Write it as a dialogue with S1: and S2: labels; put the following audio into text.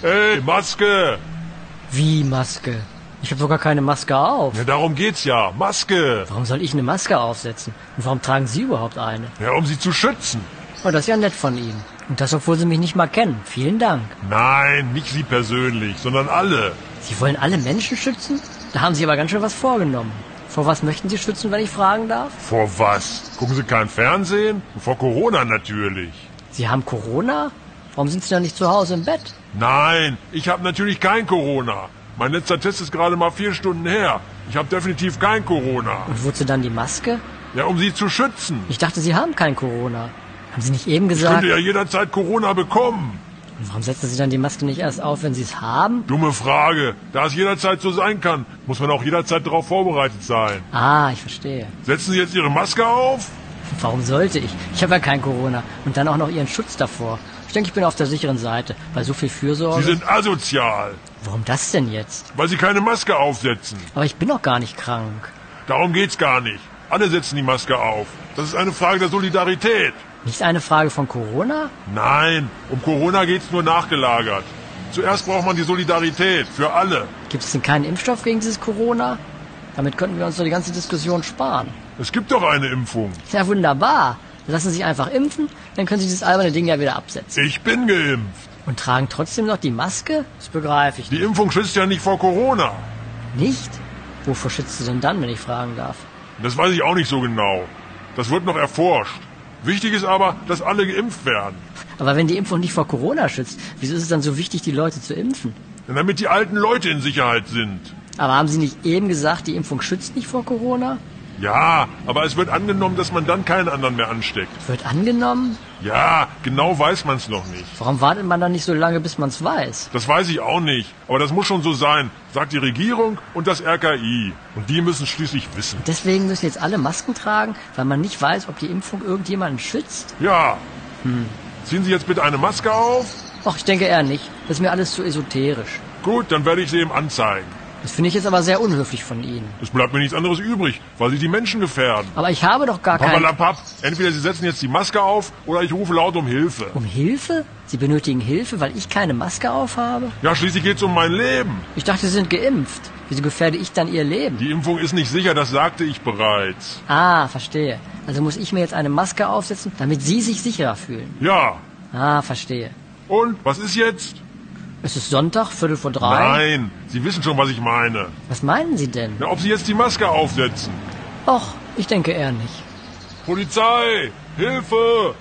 S1: Hey, Maske!
S2: Wie Maske? Ich habe sogar keine Maske auf.
S1: Ja, darum geht's ja. Maske!
S2: Warum soll ich eine Maske aufsetzen? Und warum tragen Sie überhaupt eine?
S1: Ja, um sie zu schützen.
S2: Oh, das ist ja nett von Ihnen. Und das, obwohl Sie mich nicht mal kennen. Vielen Dank.
S1: Nein, nicht Sie persönlich, sondern alle.
S2: Sie wollen alle Menschen schützen? Da haben Sie aber ganz schön was vorgenommen. Vor was möchten Sie schützen, wenn ich fragen darf?
S1: Vor was? Gucken Sie kein Fernsehen? Vor Corona natürlich.
S2: Sie haben Corona? Warum sind Sie dann nicht zu Hause im Bett?
S1: Nein, ich habe natürlich kein Corona. Mein letzter Test ist gerade mal vier Stunden her. Ich habe definitiv kein Corona.
S2: Und wozu dann die Maske?
S1: Ja, um Sie zu schützen.
S2: Ich dachte, Sie haben kein Corona. Haben Sie nicht eben
S1: Ich
S2: gesagt?
S1: könnte ja jederzeit Corona bekommen.
S2: Und warum setzen Sie dann die Maske nicht erst auf, wenn Sie es haben?
S1: Dumme Frage. Da es jederzeit so sein kann, muss man auch jederzeit darauf vorbereitet sein.
S2: Ah, ich verstehe.
S1: Setzen Sie jetzt Ihre Maske auf?
S2: Warum sollte ich? Ich habe ja kein Corona. Und dann auch noch Ihren Schutz davor. Ich denke, ich bin auf der sicheren Seite. Bei so viel
S1: Sie
S2: Fürsorge.
S1: sind asozial,
S2: Warum das denn jetzt?
S1: weil Sie keine Maske aufsetzen.
S2: Aber ich bin doch gar nicht krank.
S1: Darum geht's gar nicht. Alle setzen die Maske auf. Das ist eine Frage der Solidarität.
S2: Nicht eine Frage von Corona?
S1: Nein, um Corona geht's nur nachgelagert. Zuerst braucht man die Solidarität für alle.
S2: Gibt es denn keinen Impfstoff gegen dieses Corona? Damit könnten wir uns doch die ganze Diskussion sparen.
S1: Es gibt doch eine Impfung.
S2: Ja, wunderbar. Lassen Sie sich einfach impfen, dann können Sie dieses alberne Ding ja wieder absetzen.
S1: Ich bin geimpft.
S2: Und tragen trotzdem noch die Maske? Das begreife ich
S1: Die Impfung schützt ja nicht vor Corona.
S2: nicht. Wovor schützt du denn dann, wenn ich fragen darf?
S1: Das weiß ich auch nicht so genau. Das wird noch erforscht. Wichtig ist aber, dass alle geimpft werden.
S2: Aber wenn die Impfung nicht vor Corona schützt, wieso ist es dann so wichtig, die Leute zu impfen?
S1: Denn damit die alten Leute in Sicherheit sind.
S2: Aber haben Sie nicht eben gesagt, die Impfung schützt nicht vor Corona?
S1: Ja, aber es wird angenommen, dass man dann keinen anderen mehr ansteckt.
S2: Wird angenommen?
S1: Ja, genau weiß man es noch nicht.
S2: Warum wartet man dann nicht so lange, bis man es weiß?
S1: Das weiß ich auch nicht. Aber das muss schon so sein, sagt die Regierung und das RKI. Und die müssen schließlich wissen.
S2: Deswegen müssen jetzt alle Masken tragen, weil man nicht weiß, ob die Impfung irgendjemanden schützt?
S1: Ja. Ziehen Sie jetzt bitte eine Maske auf?
S2: Och, ich denke eher nicht. Das ist mir alles zu esoterisch.
S1: Gut, dann werde ich sie ihm anzeigen.
S2: Das finde ich jetzt aber sehr unhöflich von Ihnen.
S1: Es bleibt mir nichts anderes übrig, weil sie die Menschen gefährden.
S2: Aber ich habe doch gar keinen...
S1: Papalapap, entweder Sie setzen jetzt die Maske auf oder ich rufe laut um Hilfe.
S2: Um Hilfe? Sie benötigen Hilfe, weil ich keine Maske aufhabe?
S1: Ja, schließlich geht's um mein Leben.
S2: Ich dachte, Sie sind geimpft. Wieso gefährde ich dann Ihr Leben?
S1: Die Impfung ist nicht sicher, das sagte ich bereits.
S2: Ah, verstehe. Also muss ich mir jetzt eine Maske aufsetzen, damit Sie sich sicherer fühlen.
S1: Ja.
S2: Ah, verstehe.
S1: Und was ist jetzt?
S2: Es ist Sonntag, Viertel vor drei.
S1: Nein, Sie wissen schon, was ich meine.
S2: Was meinen Sie denn?
S1: Na, ob Sie jetzt die Maske aufsetzen.
S2: Och, ich denke eher nicht.
S1: Polizei! Hilfe!